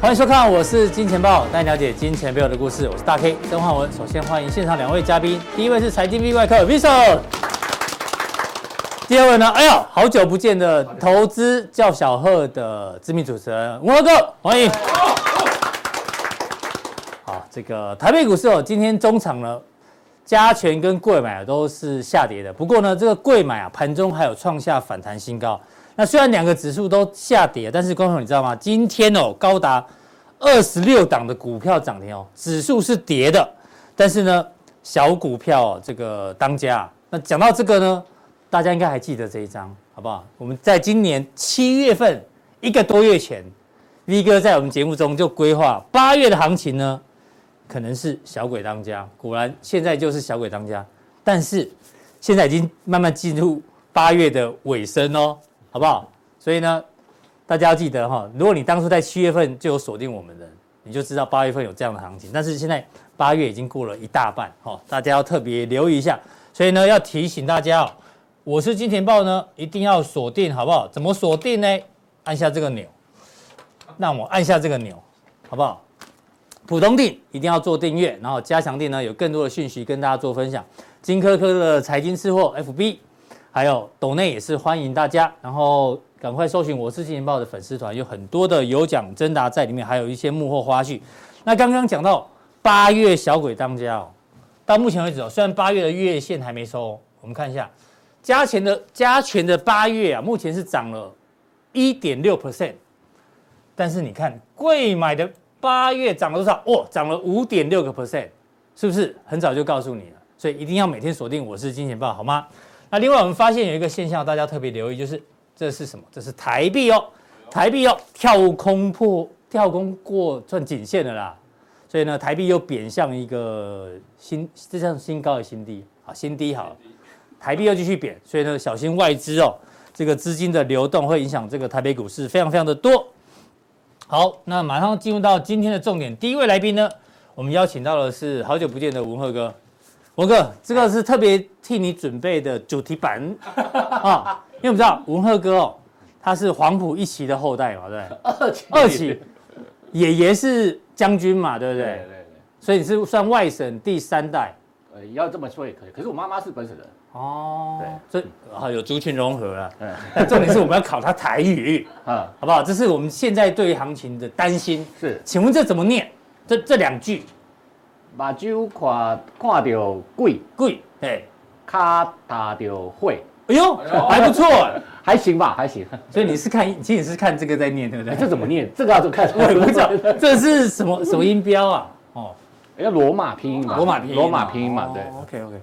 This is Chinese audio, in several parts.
欢迎收看，我是金钱豹，带你了解金钱背后的故事。我是大 K 曾焕文。首先欢迎现场两位嘉宾，第一位是财经 V 外客 Viso，第二位呢，哎呦，好久不见的投资叫小贺的知名主持人吴哥，欢迎。好，这个台北股市哦，今天中场呢，加权跟贵买啊都是下跌的。不过呢，这个贵买啊，盘中还有创下反弹新高。那虽然两个指数都下跌，但是观众你知道吗？今天哦，高达二十六档的股票涨停哦，指数是跌的，但是呢，小股票、哦、这个当家、啊。那讲到这个呢，大家应该还记得这一张，好不好？我们在今年七月份一个多月前，V 哥在我们节目中就规划八月的行情呢，可能是小鬼当家。果然，现在就是小鬼当家，但是现在已经慢慢进入八月的尾声哦。好不好？所以呢，大家要记得哈、哦，如果你当初在七月份就有锁定我们的，你就知道八月份有这样的行情。但是现在八月已经过了一大半，哈、哦，大家要特别留意一下。所以呢，要提醒大家哦，我是金钱豹呢，一定要锁定，好不好？怎么锁定呢？按下这个钮，让我按下这个钮，好不好？普通定一定要做订阅，然后加强定呢有更多的讯息跟大家做分享。金科科的财经吃货 FB。还有抖内也是欢迎大家，然后赶快搜寻我是金钱豹的粉丝团，有很多的有奖征答在里面，还有一些幕后花絮。那刚刚讲到八月小鬼当家哦，到目前为止哦，虽然八月的月线还没收，我们看一下加权的加权的八月啊，目前是涨了一点六 percent，但是你看贵买的八月涨了多少？哦，涨了五点六个 percent，是不是很早就告诉你了？所以一定要每天锁定我是金钱豹，好吗？那另外我们发现有一个现象，大家特别留意，就是这是什么？这是台币哦，台币哦，跳空破跳空过算颈线的啦，所以呢，台币又贬向一个新，这像新高的新低啊，新低好了，台币又继续贬，所以呢，小心外资哦，这个资金的流动会影响这个台北股市非常非常的多。好，那马上进入到今天的重点，第一位来宾呢，我们邀请到的是好久不见的文鹤哥。文哥，这个是特别替你准备的主题 版啊哦，因为我们知道文鹤哥哦，他是黄埔一期的后代嘛，对不对？二期，爷爷是将军嘛，对不对？对对对。所以你是算外省第三代。呃，要这么说也可以，可是我妈妈是本省人。哦。对，所以啊有族群融合了。嗯 但重点是我们要考他台语，啊，好不好？这是我们现在对于行情的担心。是请问这怎么念？这这两句目睭看看到鬼，贵，哎，卡打到会，哎呦，还不错哎。还行吧，还行。哎所以你是看，其实你是看这个在念，对不对？这怎么念？这个要怎么看？ 我也不知道 这是什么什么音标啊？哦，要哎罗马拼音嘛？罗马拼音啊，罗马拼音嘛，对。 OK OK，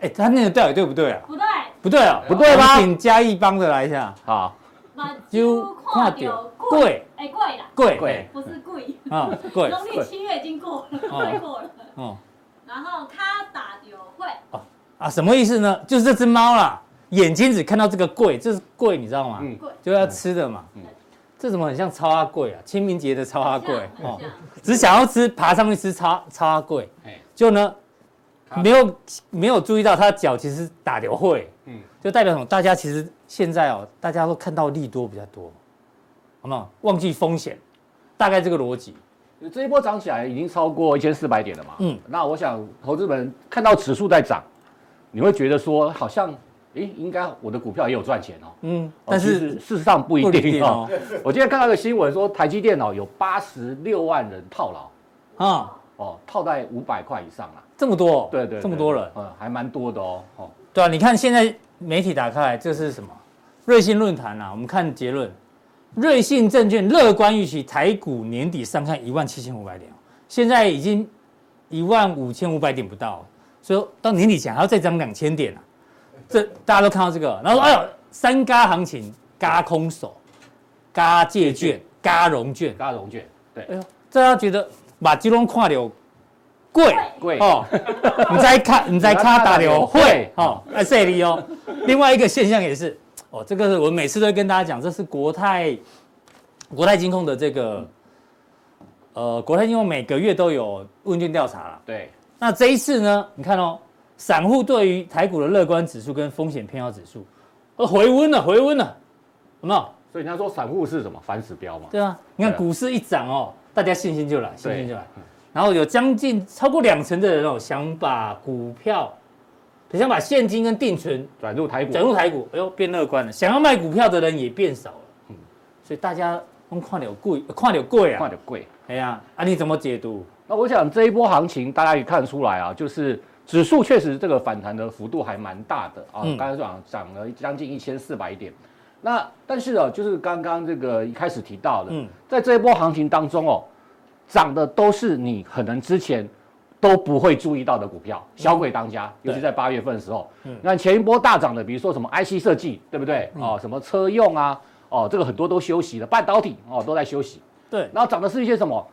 哎，他念的到底对不对啊？不对，不对啊，不对吧我们请嘉义帮的来一下，好，把就就看看到到贵贵，哎贵啦，贵贵不是贵，啊贵农历七月已经过了，快过了。哦然后他打有会，啊，什么意思呢？就是这只猫啦，眼睛只看到这个贵，这是贵，你知道吗？嗯贵就要吃的嘛嗯。这怎么很像超阿贵啊？清明节的超阿很贵像哦很，像只想要吃，爬上去吃超超阿贵，哎，就呢他没有没有注意到他的脚其实打流会。嗯，就代表什么？大家其实现在哦，大家都看到利多比较多，好不好？忘记风险，大概这个逻辑。这一波涨起来已经超过一千四百点了嘛？嗯嗯，那我想投资人看到指数在涨，你会觉得说好像，诶，应该我的股票也有赚钱哦。嗯，哦但其是实事实上不一不一定定哦哦。 我今天看到一个新闻说，台积电哦有八十六万人套牢啊，哦，套在五百块以上啦。这么多，对对，这么对多人，嗯，还蛮多的哦。哦，对啊。你看现在媒体打开来，这是什么？瑞信论坛啊，我们看结论，瑞信证券乐观预期台股年底上看一万七千五百点，哦现在已经一万五千五百点不到，哦所以到年底前还要再涨两千点啊。这大家都看到这个，然后说哎呦，三嘎行情，嘎空手，嘎借券，嘎融券，大融券，对哎，呦，这大家觉得把基隆跨流贵贵哦，你在 看你在看打流会会哦，哎这里哦，另外一个现象也是哦，这个是我每次都会跟大家讲，这是国泰国泰金控的这个呃国泰金控每个月都有问卷调查啦。对，那这一次呢，你看哦，散户对于台股的乐观指数跟风险偏好指数，呃回温了，回温了，有没有？所以人家说散户是什么反指标嘛？对啊，你看对啊股市一涨哦，大家信心就来，信对心就来。然后有将近超过两成的人哦，想把股票，想把现金跟定存转入台股，转入台股，哎呦变乐观了。想要卖股票的人也变少了，所以大家都看了贵，看了贵啊，换的贵。哎呀，啊你怎么解读？那我想这一波行情，大家也看得出来啊，就是指数确实这个反弹的幅度还蛮大的啊嗯，刚才讲涨了将近一千四百点。那但是啊，就是刚刚这个一开始提到的，嗯在这一波行情当中哦，涨的都是你可能之前都不会注意到的股票，小鬼当家，嗯对尤其在八月份的时候嗯。那前一波大涨的，比如说什么 IC 设计，对不对？嗯哦，什么车用啊，哦，这个很多都休息了，半导体哦都在休息。对，然后涨的是一些什么？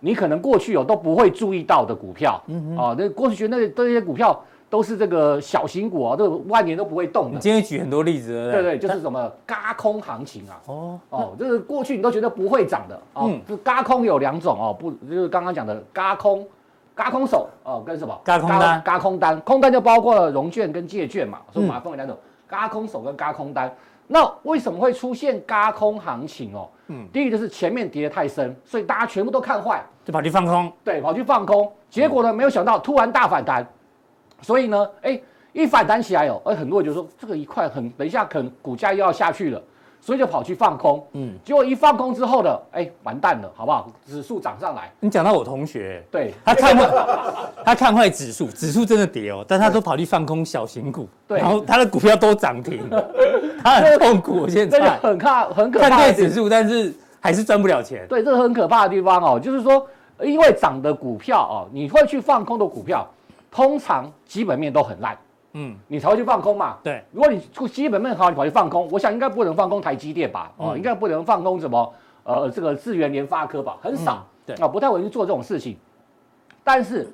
你可能过去有都不会注意到的股票，啊，那过去觉得那这些股票都是这个小型股啊，这个万年都不会动你的，今天举很多例子，对不对对？对，就是什么嘎空行情啊，哦，哦，就是过去你都觉得不会涨的，哦嗯，这嘎空有两种哦，不就是刚刚讲的嘎空。嘎空手哦，跟什么？嘎空单嘎空单，空单就包括了融券跟借券嘛，所以嗯我把它分为两种，嘎空手跟嘎空单。那为什么会出现嘎空行情哦？嗯，第一个就是前面跌得太深，所以大家全部都看坏，就跑去放空，对，跑去放空，结果呢，没有想到突然大反弹，所以呢，哎，一反弹起来哦，哎，很多人就说这个一块很，等一下可能股价又要下去了，所以就跑去放空，嗯，结果一放空之后呢，哎，完蛋了，好不好？指数涨上来，你讲到我同学，对他看坏， 他看坏指数，指数真的跌哦，但他都跑去放空小型股，对然后他的股票都涨 停，他很痛苦。现这个在很怕，很可看怕对的指地，数，但是还是赚不了钱。对，这个很可怕的地方哦，就是说，因为涨的股票哦，你会去放空的股票，通常基本面都很烂，嗯，你才会去放空嘛，对，如果你出基本面好，你跑去放空，我想应该不能放空台积电吧？哦，嗯应该不能放空什么呃这个智源联发科吧？很少，嗯对啊、不太会去做这种事情。但是，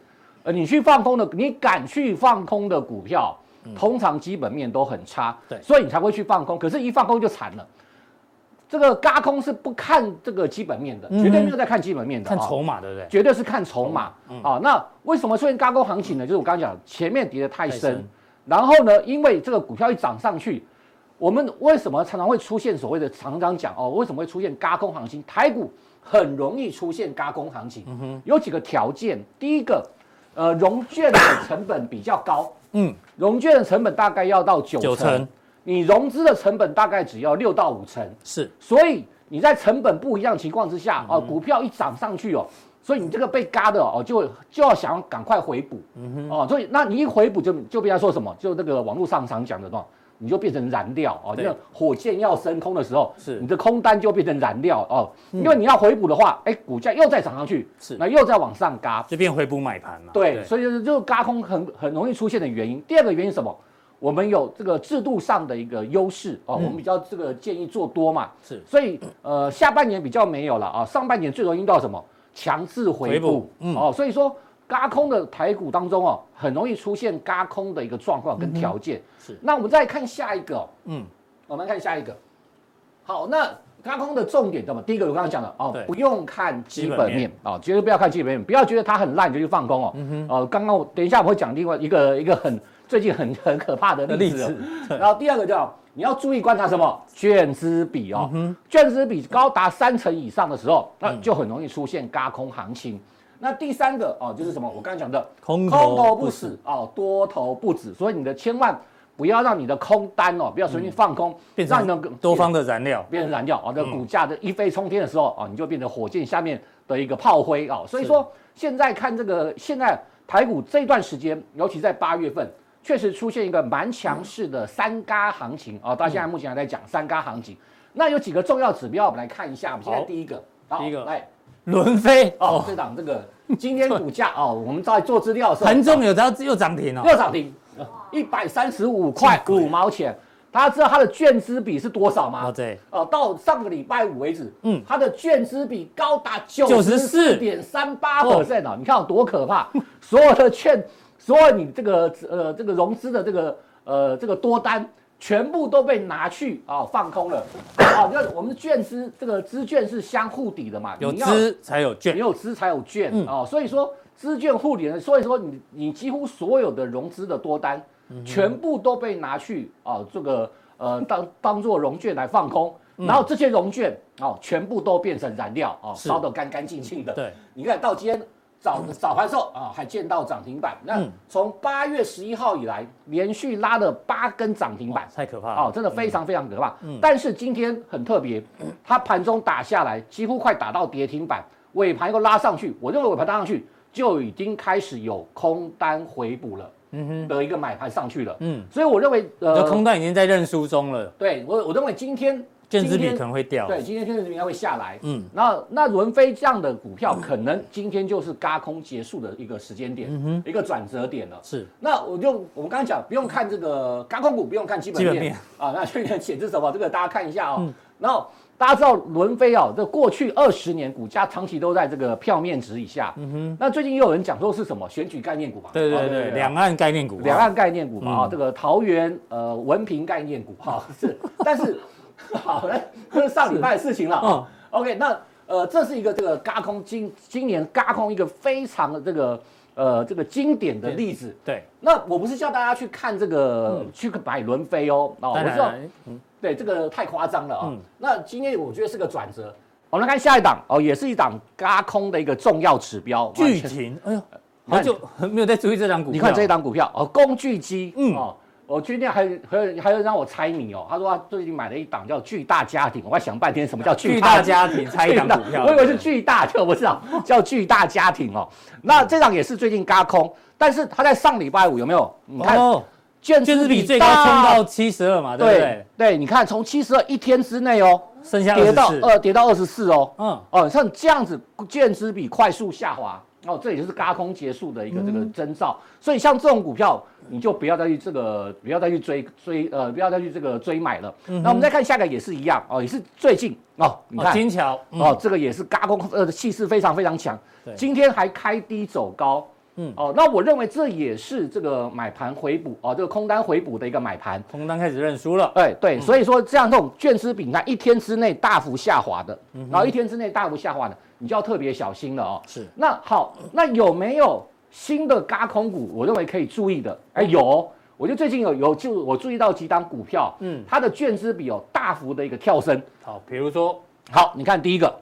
呃，你去放空的，你敢去放空的股票，通常基本面都很差，嗯对所以你才会去放空。可是，一放空就惨了。这个嘎空是不看这个基本面的，嗯哼绝对没有在看基本面的，看哦筹码，对不对？嗯绝对是看筹码啊。那为什么出现高空行情呢？就是我刚刚讲，前面跌得太太深深，然后呢，因为这个股票一涨上去，我们为什么常常会出现所谓的常常讲哦，为什么会出现高空行情？台股很容易出现高空行嗯情，有几个条件。第一个，呃，融券的成本比较高，嗯，融券的成本大概要到九九成成，你融资的成本大概只要六到五成。是所以你在成本不一样的情况之下，嗯哦，股票一涨上去哦，所以你这个被嘎的哦，就就要想要赶快回补，嗯哦，所以那你一回补就就被他说什么，就那个网络上常讲的那种，你就变成燃料哦，对因为火箭要升空的时候，是嗯你的空单就变成燃料哦，因为你要回补的话，哎，股价又再涨上去，是那又再往上嘎，就变回补买盘嘛。对，所以就是就嘎空很很容易出现的原因。第二个原因是什么？我们有这个制度上的一个优势哦，嗯我们比较这个建议做多嘛，是所以呃下半年比较没有了啊，上半年最容易遇到什么强制回回补补，嗯哦，所以说嘎空的台股当中哦，很容易出现嘎空的一个状况跟条件。嗯是那我们再看下一个、哦，嗯，我们看下一个。好，那嘎空的重点怎么？第一个我刚刚讲了哦对，不用看基基本本面嗯面哦，绝对不要看基本面，不要觉得它很烂你就去放空哦。哦，刚刚我等一下我会讲另外一个一个很最近很很可怕的那例例子哦子。对 然后第二个叫你要注意观察什么券资比哦，嗯券资比高达三成以上的时候，那就很容易出现嘎空行情。那第三个哦，就是什么？我刚刚讲的空头空头不不死哦，多头不止，所以你的千万不要让你的空单哦，不要随便放空，嗯变让你的成多方的燃料。变成燃料嗯啊，那股价的一飞冲天的时候啊，你就变成火箭下面的一个炮灰啊。所以说现在看这个，现在台股这段时间，尤其在八月份，确实出现一个蛮强势的三嘎行情啊。到现嗯在目前还在讲三嘎行情，那有几个重要指标，我们来看一下。我们现在好第一个，好第一个来轮飞哦哦，，这档这个今天 股价哦，我们在做资料的时候，盘中有到又涨停哦，又涨停，一百三十五块贵五毛钱。大家知道它的券资比是多少吗？哦对，哦，到上个礼拜五为止，嗯嗯，它的券资比高达九十四点三八94 percent 啊！你看有多 可怕？所有的券，所有你这个呃这个融资的这个呃这个多单，全部都被拿去啊、放空了啊！你看我们券资这个资券是相互抵的嘛，有你要资才有你券，有资才有券啊、嗯哦，所以说资券互联，所以说你你几乎所有的融资的多单，嗯全部都被拿去啊、这个呃当当做融券来放空，嗯然后这些融券哦全部都变成燃料哦，是烧得干干净净的。对，你看到今天早早盘时候啊，还见到涨停板。那嗯从八月十一号以来，连续拉了八根涨停板。太可怕了。哦，真的非常非常可怕。嗯但是今天很 特别，它盘中打下来，几乎快打到跌停板，尾盘又拉上去。我认为尾盘拉上去就已经开始有空单回补了，的一个买盘上去了。嗯，所以我认为，你呃的，空单已经在认输中了，对我我认为今天券资今比天可能会掉。对，今天券资比应该会下来。嗯嗯，那那伦飞这样的股票，可能今天就是嘎空结束的一个时间点，嗯一个转折点了。是那我就我们刚刚讲，不用看这个高空股，不用看基本面基本面嗯啊， 那去年显示什么？这个大家看一下哦。然后大家知道伦飞哦，这过去二十年股价长期都在这个票面值以下。嗯哼。那最近又有人讲说是什么选举概念股嘛？对哦对对，两岸概念股，两岸概念股嘛啊、嗯这个桃园呃文凭概念股哈、 是，但是好了，这是上礼拜的事情了。嗯 OK，那呃这是一个这个嘎空今今年嘎空一个非常的这个呃这个经典的例子。对，那我不是叫大家去看这个、去买伦飞哦，哦，当我知道然对这个太夸张了啊、嗯那今天我觉得是个转折。我们来看下一档哦，也是一档嘎空的一个重要指标。巨停，哎呦，看好久 没有在注意这张股票。你看这一档股票哦，工具机，嗯嗯哦，我今天还有还有还有让我猜谜哦，他说他最近买了一档叫巨大家庭，我还想半天什么叫巨 巨大大家。家庭猜一档股票， 我以为是巨大，就不知道叫巨大家庭哦。那这档也是最近嘎空，但是他在上礼拜五有没有？你看，哦，券券资资比最高大冲到七十二嘛，对不对对？对，你看从七十二一天之内哦，剩下跌到24呃跌到二十四哦，嗯，哦，像这样子，券资比快速下滑，哦，这也就是嘎空结束的一个这嗯个征兆。所以像这种股票，你就不要再去这个，不要再去追追呃，不要再去这个追买了。那我们再看下一个也是一样哦，也是最近哦，你嗯哦，看金桥，哦哦，，这个也是嘎空呃气势非常非常强对，今天还开低走高。嗯嗯哦，那我认为这也是这个买盘回补哦，这个空单回补的一个买盘。空单开始认输了，哎，对，所以说这样这种券资比，你看一天之内大幅下滑的，然后一天之内大幅下滑的，你就要特别小心了哦。是那好，那有没有新的嘎空股？我认为可以注意的。哎，有哦，我觉得最近有有就我注意到几档股票，嗯嗯，它的券资比有大幅的一个跳升。好，比如说好，你看第一个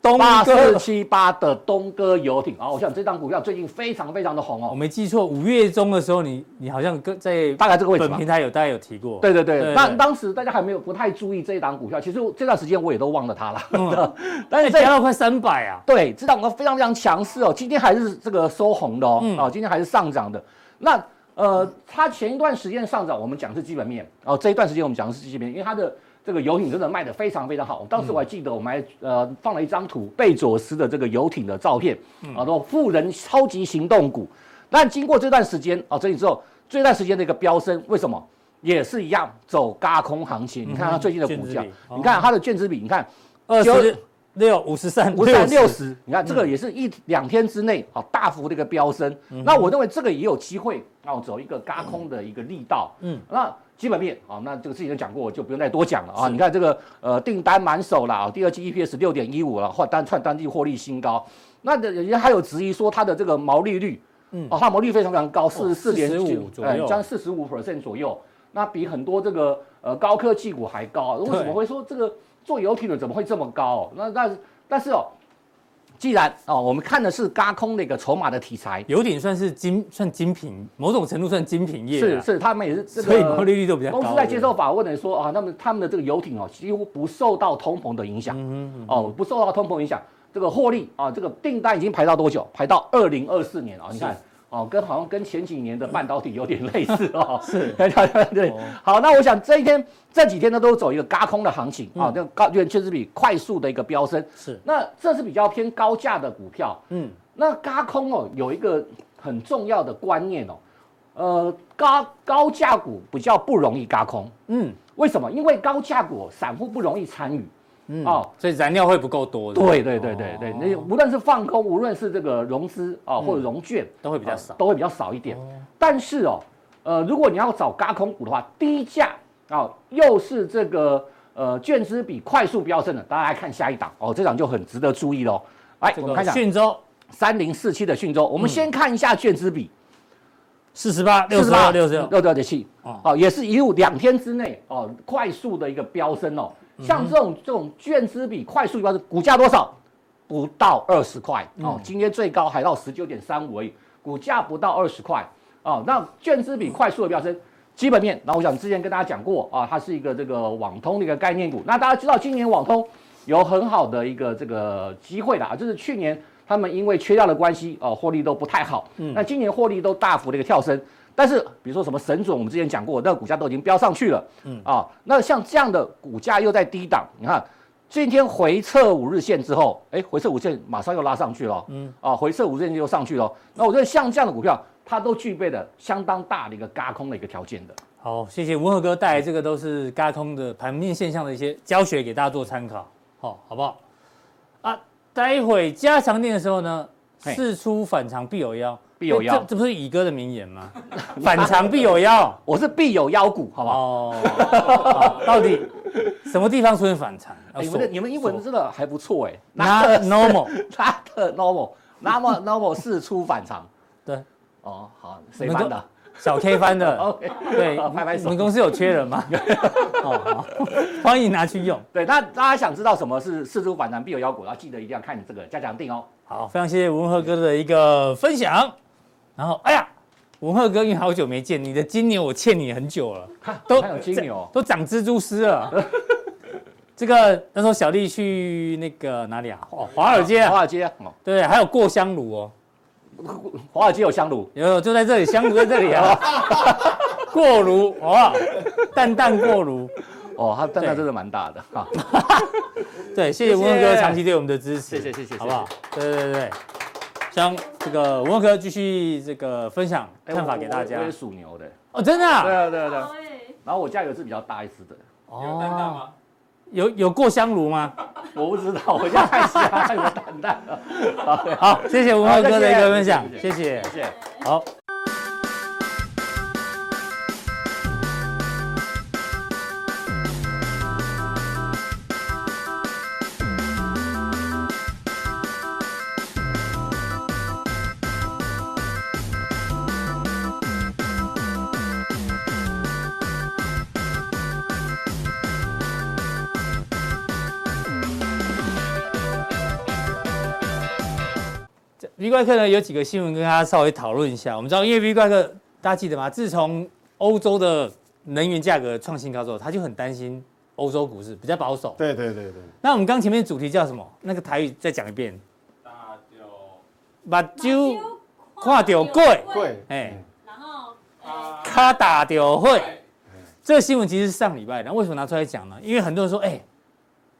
东八四哥，七八的东哥游艇啊，我想这档股票最近非常非常的红我哦，没记错，五月中的时候，你你好像跟在大概这个位置本吧平。台有大家有提过，对对对，当当当时大家还没有不太注意这一档股票，其实我这段时间我也都忘了它了。 但哎是这加到快三百啊，对这档股票非常非常强势哦，今天还是这个收红的哦，嗯哦，今天还是上涨的。那呃，它前一段时间上涨，我们讲是基本面哦，这一段时间我们讲的是基本面，因为它的这个游艇真的卖得非常非常好。当时我还记得，我们还呃放了一张图，贝佐斯的这个游艇的照片，嗯啊，说富人超级行动股。但经过这段时间哦，整理之后，这段时间的一个飙升，为什么？也是一样走嘎空行情。你看它最近的股价嗯券资比，你看它的券资比，你看二就十六五十三五三六60十，你看这个也是一两天之内啊大幅的一个飙升。那我认为这个也有机会啊走一个嘎空的一个力道。嗯嗯，那基本面啊，那这个事情都讲过，我就不用再多讲了啊。是你看这个呃订单满手了啊，第二季 EPS 六点一五了，换单串单季获利新高。那人家还有质疑说它的这个毛利率，嗯嗯，哦，它毛利非常非常高，四十四点哎45左右将四十五 percent 左右，那比很多这个呃高科技股还高。啊为什对么会说这个做游艇的怎么会这么高、那但是但是哦，既然哦，我们看的是嘎空的一个筹码的题材，有点算是精算精品，某种程度算精品业是啦，是，他们也是这个啊所以毛利率都比较高。公司在接受访问的时候说啊，他们他们的这个游艇哦，几乎不受到通膨的影嗯响，哦，不受到通膨影响，这个获利啊，这个订单已经排到多久？排到二零二四年啊、你看。哦，跟好像跟前几年的半导体有点类似 哦，是， 对，哦好，那我想这一天这几天呢都走一个嘎空的行情嗯啊，那、高券确实比快速的一个飙升，是，那这是比较偏高价的股票，嗯，那嘎空哦有一个很重要的观念哦，呃，高高价股比较不容易嘎空，嗯为什么？因为高价股散户不容易参与。嗯，哦哦，所以燃料会不够多，不对对对对对，那哦嗯无论是放空，无论是这个融资啊，或者融券，都会比较啊少都会比较少一点哦。但是哦，呃，如果你要找嘎空股的话，低价啊，又是这个呃券资比快速飙升的，大家来看下一档哦，这档就很值得注意喽。来，这我们看一个下讯州三零四七的讯州，嗯我们先看一下券资比。四十八、六十八、六十六，六六点七，哦哦，也是一路两天之内哦，快速的一个飙升哦。像这种这种券资比快速飙升，股价多少？不到二十块哦，今天最高还到十九点三五而已，股价不到二十块哦。那券资比快速的飙升，基本面，那我想之前跟大家讲过啊，它是一个这个网通的一个概念股。那大家知道今年网通有很好的一个这个机会啦，啊就是去年他们因为缺料的关系，哦，获利都不太好。那今年获利都大幅的一个跳升。但是比如说什么神准，我们之前讲过，那个股价都已经飙上去了。嗯啊，那像这样的股价又在低档，你看。今天回测五日线之后，哎，回测五日线马上又拉上去了，嗯，啊，回测五日线又上去了。那我觉得像这样的股票，它都具备了相当大的一个轧空的一个条件的。好，谢谢文和哥带来这个都是嘎空的盘面现象的一些教学给大家做参考，好、好不好？啊，待会加强练的时候呢，嘿事出反常必有妖，必有妖这这不是乙哥的名言吗？反常必有 妖。我是必有妖股，好不好？哦，好到 底什么地方出现反常？要哎你说们的你们英文真的还不错哎、 not normal，他的 normal，那么 normal 事出反常。对，哦，好，谁翻的小 K 翻的， ？OK，对，哦拍拍你手们。公司有缺人 吗？哦，好，欢迎拿去用。对，那大家想知道什么是事出反常必有妖股，然后记得一定要看这个加强定哦。好，非常谢谢文赫哥的一个分享。然后，哎呀，文赫哥，因为好久没见，你的金牛我欠你很久了，都还有金牛都长蜘蛛丝 了。这个那时候小丽去那个哪里啊？哦，华尔街华啊，尔街哦，对，还有过香炉哦，华尔街有香炉，有有就在这里，香炉在这里 啊，过炉哦好不好？淡淡过炉。哦，它蛋对蛋真的蛮大的哈。对，谢谢文文哥长期对我们的支持，谢谢谢谢好不好？对对对对，希望这个文文哥继续这个分享哎看法我给大我家我也属牛的，哦，真的对啊，啊对啊对啊。对，然后我家有一只比较大一只的，有蛋蛋吗？有有过香炉吗？我不知道，我家看其他有蛋蛋了。好对好，谢谢文文哥的一个分享，好谢谢谢。谢谢。好，V 怪客呢有几个新闻跟大家稍微讨论一下。我们知道，因为 V 怪客大家记得吗？自从欧洲的能源价格创新高之后，他就很担心欧洲股市比较保守。对对对对，那我们刚前面主题叫什么？那个台语再讲一遍，大就把目酒看睭到鬼贵，哎然后呃啊，卡打掉会。对这个新闻其实是上礼拜的，为什么拿出来讲呢？因为很多人说，哎、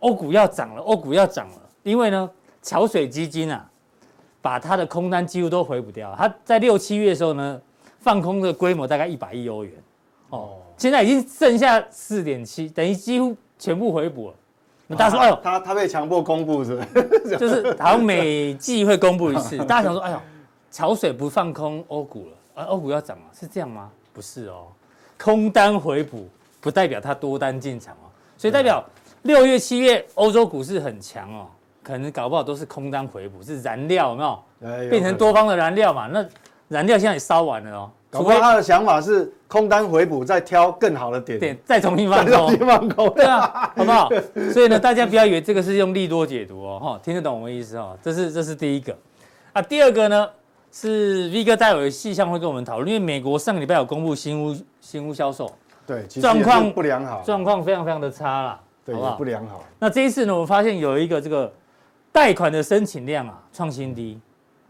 欧股要涨了，欧股要涨了，因为呢，桥水基金啊，把它的空单几乎都回补掉了。它在六七月的时候呢，放空的规模大概一百亿欧元，哦，现在已经剩下四点七，等于几乎全部回补了。那大家说，哎呦，他他被强迫公布是不是？ 就是好像每季会公布一 次，大家想说，哎呦，桥水不放空欧股了，啊，欧股要涨了，是这样吗？不是哦，空单回补不代表它多单进场哦，所以代啊表六月、七月欧洲股市很强哦，可能搞不好都是空单回补，是燃料有没有？哎有变成多方的燃料嘛？那燃料现在也烧完了哦，可能，搞不好他的想法是空单回补，再挑更好的点，点再重新再放重空新。放空。对啊，好不好？所以呢，大家不要以为这个是用利多解读哦，哈，听得懂我意思哦。这是这是第一个啊，第二个呢是 V 哥待会细项会跟我们讨论，因为美国上个礼拜有公布新屋新屋销售 对，其实状况也是不良好，状况非常非常的差啦，对好不也好不？良好，那这一次呢，我发现有一个这个贷款的申请量啊创新低，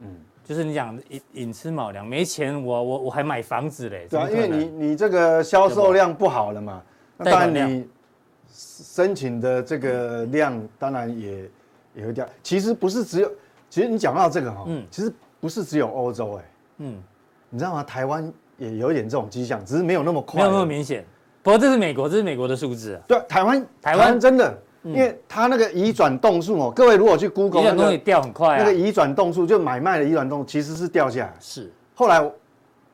嗯，就是你讲寅寅吃卯粮，没钱我我我还买房子嘞，对啊，怎因么为可能你你这个销售量不好了嘛，那当贷然款你申请的这个量当然也也会掉。其实不是只有，其实你讲到这个哈，嗯其实不是只有欧洲哎、嗯你知道吗？台湾也有一点这种迹象，只是没有那么没快而已，有那么明显。不过这是美国，这是美国的数字啊。对，台湾台湾嗯真的，因为它那个移转动数哦，各位如果去移 Google 那转东西个掉很快那啊个。移转动数，就买卖的移转动数其实是掉下来。是后来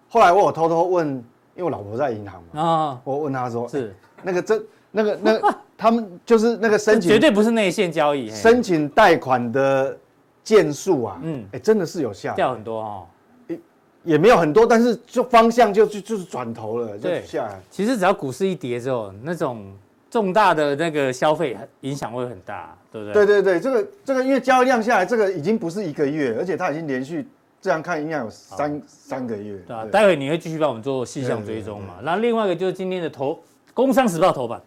后来我有偷偷问，因为我老婆在银行嘛，啊，我问她说，是那个真那个那个他们 就是那个哎申这绝请对不是内线交易，嘿申请贷款的件数啊，嗯嗯，哎，真的是有下来，掉很多哦。也没有很多，但是就方向就就就是转头了，就对下来。其实只要股市一跌之后，那种重大的那个消费影响会很大，对不对？对对对，这个这个因为交易量下来，这个已经不是一个月，而且它已经连续这样看，应该有三三个月。对啊，对待会你会继续帮我们做细项追踪嘛？然后另外一个就是今天的头《工商时报》头版，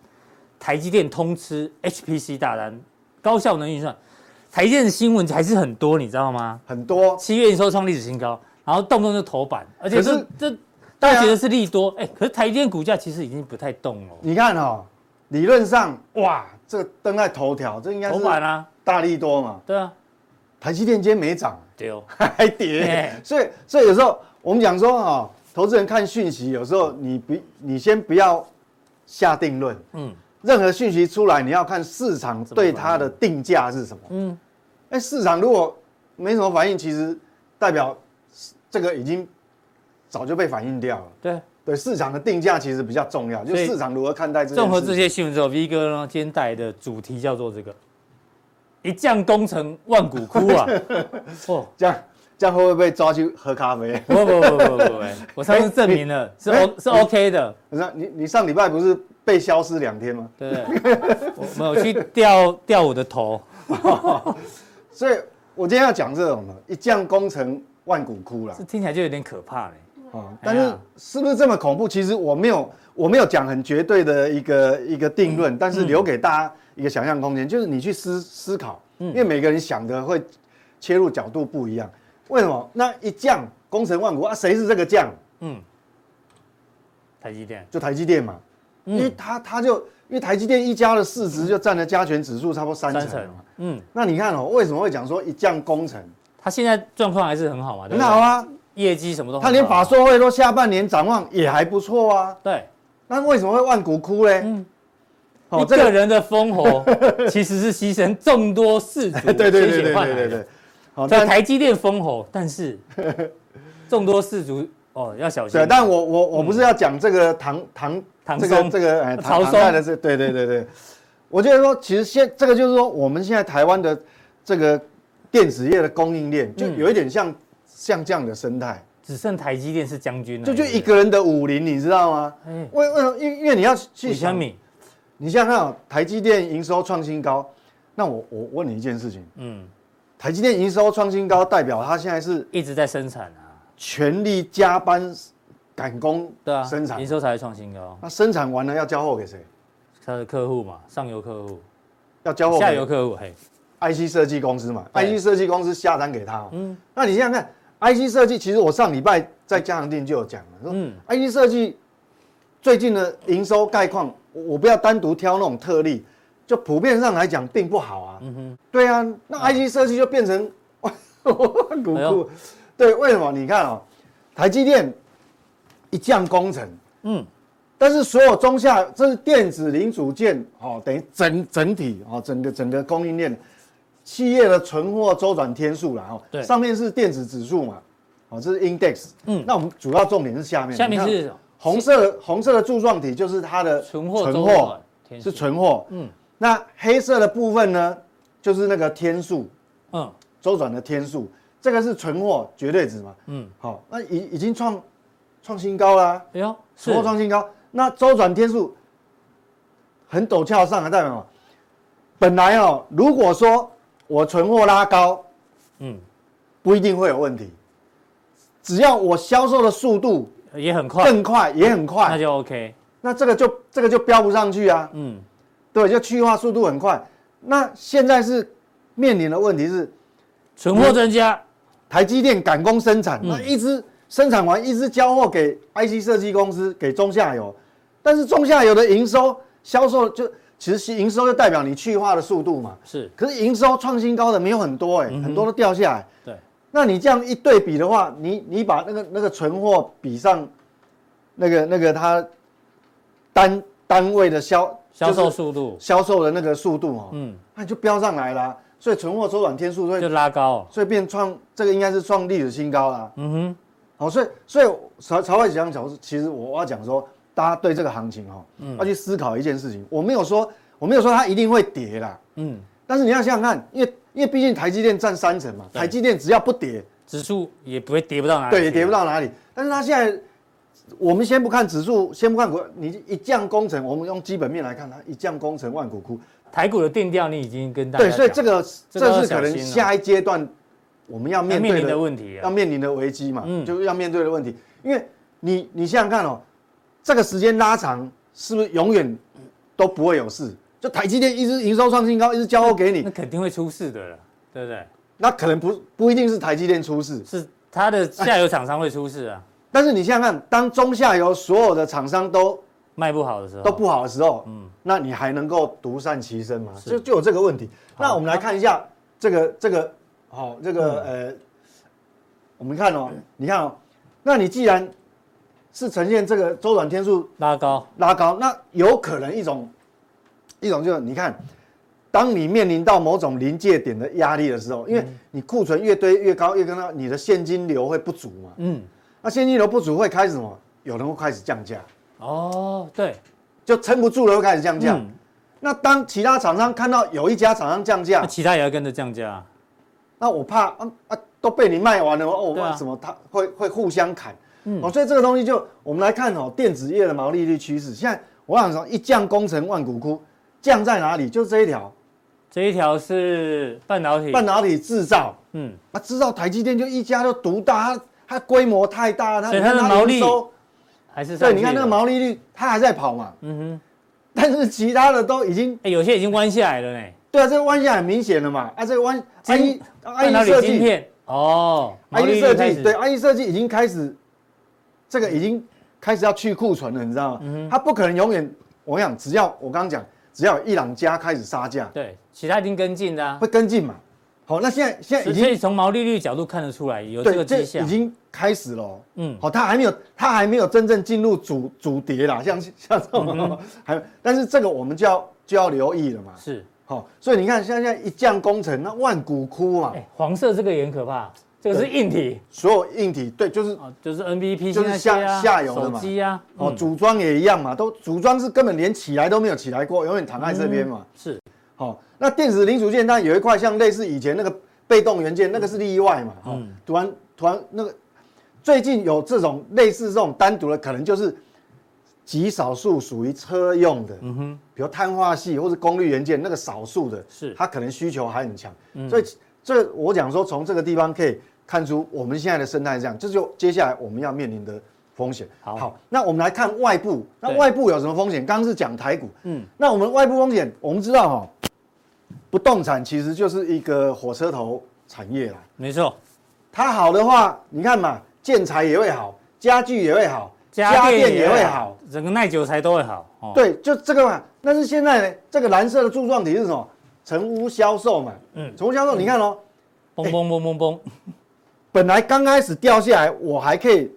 台积电通吃 HPC 大单，高效能运算。台积电的新闻还是很多，你知道吗？很多，七月营收创历史新高，然后动不动就头版，而且可这是啊这大家觉得是利多，哎、可是台积电股价其实已经不太动了，你看哦，理论上哇，这个登在头条，这应该头是版啊，大力多嘛。对啊，台积电今天没涨， 对哦，还跌哎，所以所以有时候我们讲说哦，投资人看讯息，有时候你不你先不要下定论，嗯，任何讯息出来，你要看市场对它的定价是什么。嗯嗯，哎，市场如果没什么反应，其实代表这个已经早就被反映掉了。对。对市场的定价其实比较重要，就所以市场如何看待这件事综合这些新闻之后，V 哥呢今天带来的主题叫做这个“一将功成万骨枯”啊！哦，这样这样会不会被抓去喝咖啡？ 不不不不不不，我上次证明了是 O 是 OK 的，不是啊，你你上礼拜不是被消失两天吗？对不对？我没有去掉掉我的头，所以我今天要讲这种的，一将功成万骨枯啦。这听起来就有点可怕嘞。啊，哎但呀是是不是这么恐怖？其实我没有我没有讲很绝对的一个一个定嗯论，但是留给大家一个想象空间，就是你去思思考，嗯因为每个人想的会切入角度不一样。为什么？那一降功成万骨啊，谁是这个降？嗯，台积电，就台积电嘛，因为嗯，它它就因为台积电一家的市值就占了加权指数差不多三三成成嘛。，嗯，那你看哦，为什么会讲说一降功成？它现在状况还是很好嘛，对很不好对？啊，业绩什么都很好它啊，连法说会都下半年展望也还不错啊，对，那为什么会万骨枯嘞？嗯哦，一这个个人的封侯其实是牺牲众多士族 对对对千对血换对来的对对。好，在但台积电封喉，但 是众多氏族哦要小心。对，啊但我我我不是要讲这个唐唐嗯唐这个松这 个哎曹唐唐松代的这对对对对，我觉得说其实现这个就是说我们现在台湾的这个电子业的供应链就嗯有一点像像这样的生态，只剩台积电是将军了，就就一个人的武林，你知道吗？嗯哎，为为什么？因因为你要李去香想，敏，你想想看哦，台积电营收创新高，那我我问你一件事情，嗯，台积电营收创新高代表它现在是一直在生产啊，全力加班赶工对啊，生产营。收才会创新高，那生产完了要交货给谁？他的客户嘛，上游客户、要交货下游给客户，嘿， IC 设计公司嘛对？IC 设计公司下单给他哦、嗯那你想想看，IC 设计其实我上礼拜在嘉航店就有讲了，说嗯 IC 设计最近的营收概况，我我不要单独挑那种特例，就普遍上来讲并不好啊。嗯哼，对啊，那 IC 设计就变成 万股哎呦股。对，为什么？你看哦，台积电一降工程，嗯，但是所有中下，这是电子零组件，哦，等于整整体哦，整个整个供应链企业的存货周转天数啦，哦，对上面是电子指数嘛，哦，这是 index，嗯嗯，那我们主要重点是下面，下面你看是红色红色的柱状体就是它的存货周转存货天数是存货，嗯嗯，那黑色的部分呢，就是那个天数嗯周转的天数，这个是存货绝对值嘛，嗯，好、那已已经创创新高啦、哎呦，是存货创新高，那周转天数很陡峭上来，代表什么本来哦，如果说我存货拉高，嗯不一定会有问题，只要我销售的速度也很快，更快，也很快，那就 OK，那这个就这个就标不上去啊，嗯对，就去化速度很快。那现在是面临的问题是，存货增加，台积电赶工生产，嗯那一支生产完一支交货给 IC 设计公司给中下游，但是中下游的营收销售就其实营收就代表你去化的速度嘛。是可是营收创新高的没有很多哎、嗯哼很多都掉下来。对，那你这样一对比的话，你你把那个那个存货比上那个那个它单单位的销销售就是速度，销售的那个速度哦，嗯，那你就飙上来啦。所以存货周转天数就会，拉高，所以变创这个应该是创历史新高啦。嗯哼，好，所以所以曹曹外讲讲，其实我要讲说，大家对这个行情哈、嗯要去思考一件事情。我没有说我没有说它一定会跌啦，嗯，但是你要想想看，因为因为毕竟台积电占三成嘛，对台积电只要不跌，指数也不会跌不到哪里，对，也跌不，到哪里。但是它现在，我们先不看指数，先不看股，你一降工程，我们用基本面来看，它一降工程万古枯。台股的定调你已经跟大家对，所以这个个这个要这是可小能心哦下一阶段我们要面面对临的的问题要啊，面临的危机嘛，嗯就是要面对的问题。因为你你想想看哦，这个时间拉长，是不是永远都不会有事？就台积电一直营收创新高，一直交货给你那，肯定会出事的了，对不对？那可能不不一定是台积电出事，是它的下游厂商会出事啊，但是你想想看，当中下游所有的厂商都卖不好的时候都不好的时候，那你还能够独善其身吗？嗯是就就有这个问题。好那我们来看一下这个这个，好、这个、嗯呃，我们看哦，你看哦，那你既然是呈现这个周转天数拉高，拉高，那有可能一种一种就是你看，当你面临到某种临界点的压力的时候，因为嗯你库存越堆越高越高，你的现金流会不足嘛，嗯，那现金流不足会开始什么？有人会开始降价，哦，对，就撑不住了会开始降价。嗯那当其他厂商看到有一家厂商降那价，其他也要跟着降价啊，那我怕啊啊都被你卖完了，哦，对啊嗯我什么它会会互相砍，哦，所以这个东西就我们来看哦，电子业的毛利率趋势，现在我想说一降工程万古枯，降在哪里？就是这一条这一条是半导体，半导体制造，嗯，啊，制造台积电就一家就独大，它它规模太大，它所以它的你看毛利营收还是上对，去你看那的个，毛利率它还在跑嘛，嗯哼，但是其他的都已经哎，有些已经弯下来了呢，对啊，这个弯下很明显了嘛，啊，这个弯安一安半啊一导体设晶计。片，哦，毛 i 利 e 率设开计始对 i e 设计已经开始，这个已经开始要去库存了，你知道嗯吗？它不可能永远，我想只要我刚刚讲，只要有一两家开始杀价，对，其他已经跟进的啊会，跟进嘛。好，那现在现在所已以所经以从毛利率角度看得出来有这个迹象，已经开始了哦。嗯，好，它还没有，它还没有真正进入主主跌啦，像像这嗯种， 还但是这个我们就要就要留意了嘛。是，好，所以你看，现在一降工程，那万古枯嘛，哎，黄色这个也很可怕，这个是硬体所有硬体对，就是啊，就是 NBP 就是现在些啊下下游的手嘛机啊，哦，嗯组装也一样嘛，都组装是根本连起来都没有起来过，永远躺在这边嘛。是好、那电子零组件它有一块像类似以前那个被动元件，那个是例外嘛。哦，突然突然那个最近有这种类似这种单独的，可能就是极少数属于车用的，嗯哼，比如碳化系或是功率元件那个少数的，是嗯它可能需求还很强，所以这我讲说从这个地方可以看出我们现在的生态是这样，这就接下来我们要面临的风险。好那我们来看外部，那对外部有什么风险？刚刚是讲台股，嗯嗯，那我们外部风险，我们知道哈、不动产其实就是一个火车头产业啦，没错，它好的话，你看嘛，建材也会好，家具也会好，也会好，，整个耐久材都会好，哦，对，就这个嘛。但是现在呢，这个蓝色的柱状体是什么？成屋销售嘛，嗯嗯，成屋销售，你看哦，嘣嘣嘣嘣嘣，本来刚开始掉下来，我还可以，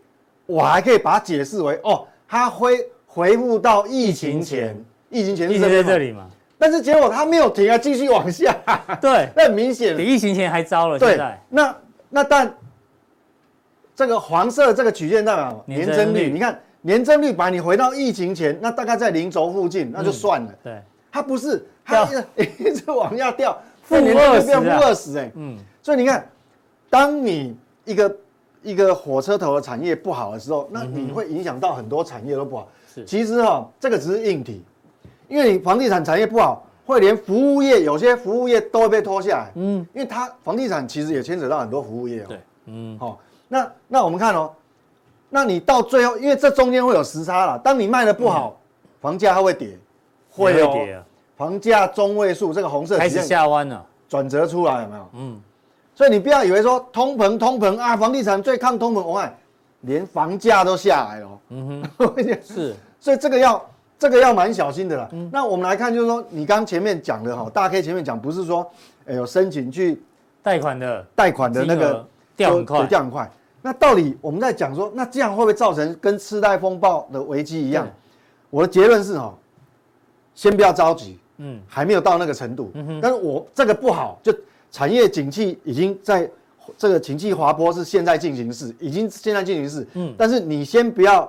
我还可以把它解释为哦，它恢恢复到疫情前，疫情前一是直在这边这嘛，里嘛，但是结果它没有停啊，继续往下， 对，那很明显比疫情前还糟了，现对在，那那但这个黄色这个曲线代表年年增增率，率你看年增率把你回到疫情前，那大概在零轴附近，嗯那就算了。对，它不是，它掉一直 一直往下 掉，负那年增率变20啊负二十哎。嗯，所以你看，当你一个一个火车头的产业不好的时候，那你会影响到很多产业都不好。嗯是其实哈、这个只是硬体，因为你房地产产业不好，会连服务业有些服务业都会被拖下来。嗯，因为它房地产其实也牵扯到很多服务业哦。对，嗯，好、那那我们看哦，那你到最后，因为这中间会有时差啦，当你卖的不好，房价它会跌，嗯也会哦，跌啊，房价中位数这个红色开直始线下弯了，转折出来有没有？嗯，所以你不要以为说通膨通膨啊，房地产最抗通膨，我看连房价都下来了哦。嗯哼，是，所以这个要这个要蛮小心的啦。嗯那我们来看，就是说你刚前面讲的哈，大 K 前面讲不是说，哎、有申请去贷款的贷款的那金个额掉很就快就，掉很快。那到底我们在讲说，那这样会不会造成跟次贷风暴的危机一样对？我的结论是哦，先不要着急，嗯，还没有到那个程度。但是我这个不好，就产业景气已经在这个景气滑坡是现在进行式，已经现在进行式。嗯但是你先不要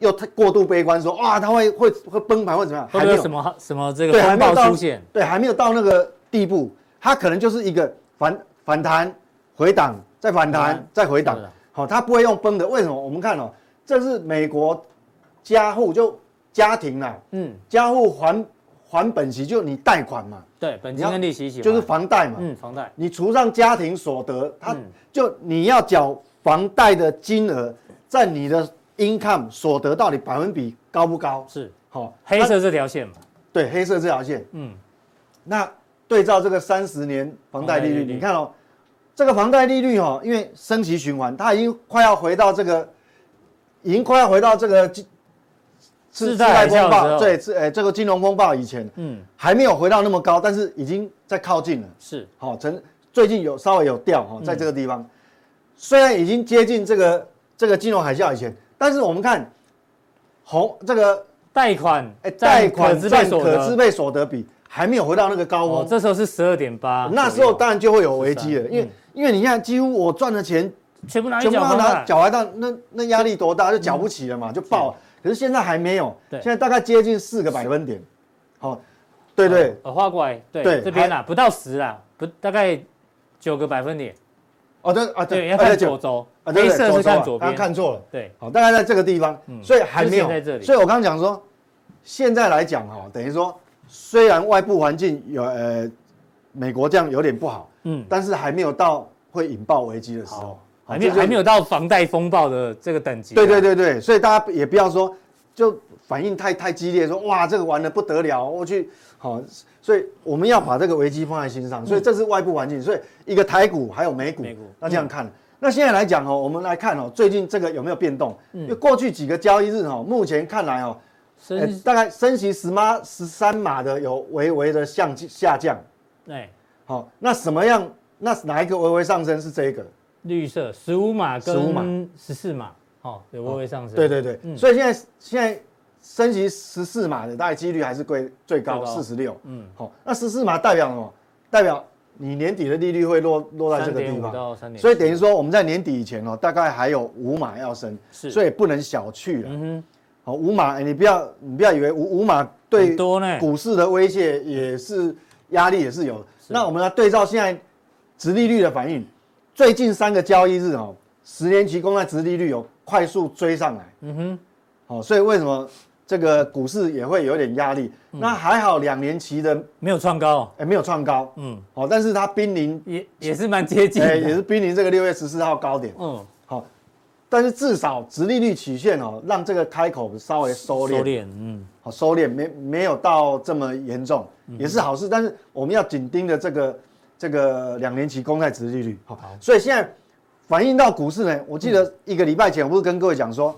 又太过度悲观说，哇，它会会会崩盘或怎么样，会不还没会有有什么什么这个对，还风没有暴到出现？对，还没有到那个地步，它可能就是一个反反弹、回档、再反反弹弹、再回档是的。好、它不会用崩的。为什么？我们看哦，这是美国家户就家庭啦、嗯，家户还还本息，就你贷款嘛，对，本你金要跟利息一起还，就是房贷嘛。嗯房贷，你除上家庭所得，它嗯就你要缴房贷的金额，在你的 income 所得到底百分比高不高？是好、黑那色这条线嘛？对黑色这条线，嗯，那对照这个三十年房贷利房贷率，利率你看哦，这个房贷利率哦，因为升息循环，它已经快要回到这个，已经快要回到这个金次次贷贷海啸风的时候暴，对，是哎这个金融风暴以前，嗯嗯，还没有回到那么高，但是已经在靠近了。是好、曾最近有稍微有掉嗯哈、在这个地方，虽然已经接近这个这个金融海啸以前，但是我们看红这个贷款哎占贷款可支配占所可支得，配所得比还没有回到那个高峰哦，，这时候是十二点八，哦那时候当然就会有危机啊是啊了，因为、嗯因为你看，几乎我赚的钱全部拿去全缴部要房拿贷，缴完到，那那压力多大，就缴不起了嘛，就爆了。可是现在还没有，嗯对现在大概接近四个百分点，好、对对哦，画过来，对，对这边啦，啊不到十啦，不大概九个百分点，哦对啊对，要看左九周，啊对黑对色是看啊左刚边，刚看错了，对，好、大概在这个地方，嗯所以还没有就现在这里所以我刚刚讲说，现在来讲哈、等于说虽然外部环境有呃美国这样有点不好，嗯，但是还没有到会引爆危机的时候，好，好还没有这就是还没有到房贷风暴的这个等级，啊对对，对对，所以大家也不要说就反应太太激烈，说哇这个玩的不得了，我去好、所以我们要把这个危机放在心上，所以这是外部环境，所以一个台股还有嗯美股，嗯美股那这样看。那现在来讲哦，我们来看哦，最近这个有没有变动？因为过去几个交易日哦，目前看来哦，呃升，大概升息十码十三码的有微微的向下降。哎，好、那什么样？那哪一个微微上升是这个？绿色十五码15码跟十四码，哦，有微微上升，对对对，嗯所以现在现在升级十四码的大概几率还是贵最高最高四十六。嗯，好，那十四码代表什么？代表你年底的利率会落落在这个地3.5方，到三点，所以等于说我们在年底以前哦，大概还有五码要升，是所以不能小觑了。嗯哼，好，五码哎你不要你不要以为五五码对很多呢，股市的威胁也是压力也是有的。那我们来对照现在殖利率的反应，最近三个交易日哦，十年期公债殖利率有快速追上来，嗯哼，哦，所以为什么这个股市也会有点压力？嗯那还好两年期的没有创高，哎没有创高，嗯，哦，但是它濒临也也是蛮接近哎的，也是濒临这个六月十四号高点，嗯，好、但是至少殖利率曲线哦，让这个开口稍微收敛收，敛，嗯，好收敛，没没有到这么严重，也是好事。但是我们要紧盯着这个这个两年期公债殖利率，好，所以现在反映到股市呢，我记得一个礼拜前我不是跟各位讲说，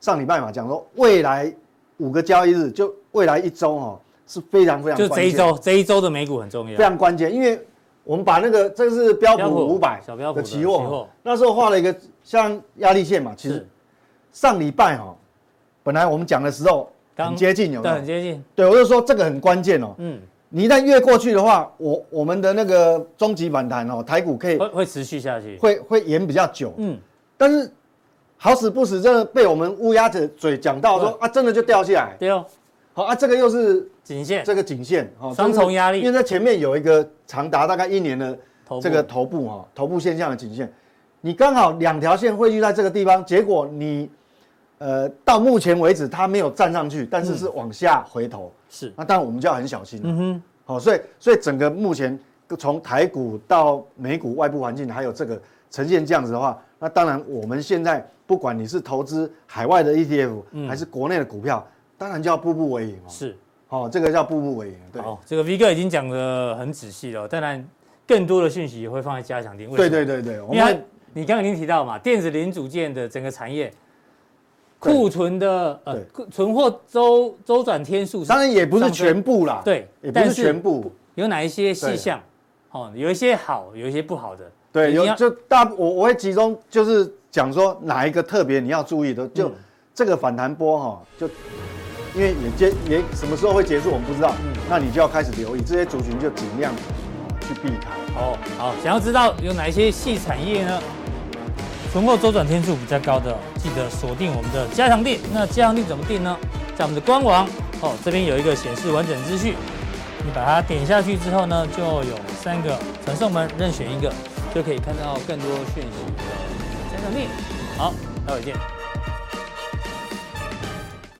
上礼拜嘛讲说未来五个交易日，就未来一周哦，是非常非常就关这一键周这一周的美股很重要非，常关键，因为我们把那个这是标标普普五百小标普的的期期货嗯货，那时候画了一个像压力线嘛，其实是上礼拜哈、哦，本来我们讲的时候刚很接近有没对，有很？接近，对，我就说这个很关键哦。嗯，你一旦越过去的话，我我们的那个终极反弹哦，台股可以会会持续下去，会会延比较久。嗯，但是好死不死，真的被我们乌鸦嘴嘴讲到说对啊，真的就掉下来。对哦，好啊，这个又是颈线这个颈线哦，哎双重压力因为在前面有一个长达大概一年的头部这个头部哈，头部现象的颈线，你刚好两条线汇聚在这个地方，结果你呃到目前为止它没有站上去，但是是往下回头，是，那当然我们就要很小心了。嗯哼，好、所以所以整个目前从台股到美股外部环境，还有这个呈现这样子的话，那当然我们现在不管你是投资海外的 ETF，、还嗯是国内的股票，当然就要步步为营哦。是。好、这个叫步步为营。对，好，这个 V 哥已经讲的很仔细了，当然更多的讯息会放在加强点。为什么对对，对对，我因为它们你刚刚已经提到嘛，电子零组件的整个产业库存的呃对库存货周周转天数是当然也不是上升全部啦，，对，也不但是全部。有哪一些细项？哦，有一些好，有一些不好的。对，一定有要就大我我会集中就是讲说哪一个特别你要注意的，就、嗯这个反弹波哈、就因为也接也什么时候会结束我们不知道，嗯那你就要开始留意这些族群，就尽量去避开。哦，好，想要知道有哪一些细产业呢？存货周转天数比较高的，记得锁定我们的加强定。那加强定怎么定呢？在我们的官网哦，这边有一个显示完整资讯，你把它点下去之后呢，就有三个传送门，任选一个，就可以看到更多讯息的加强定。好，待会见。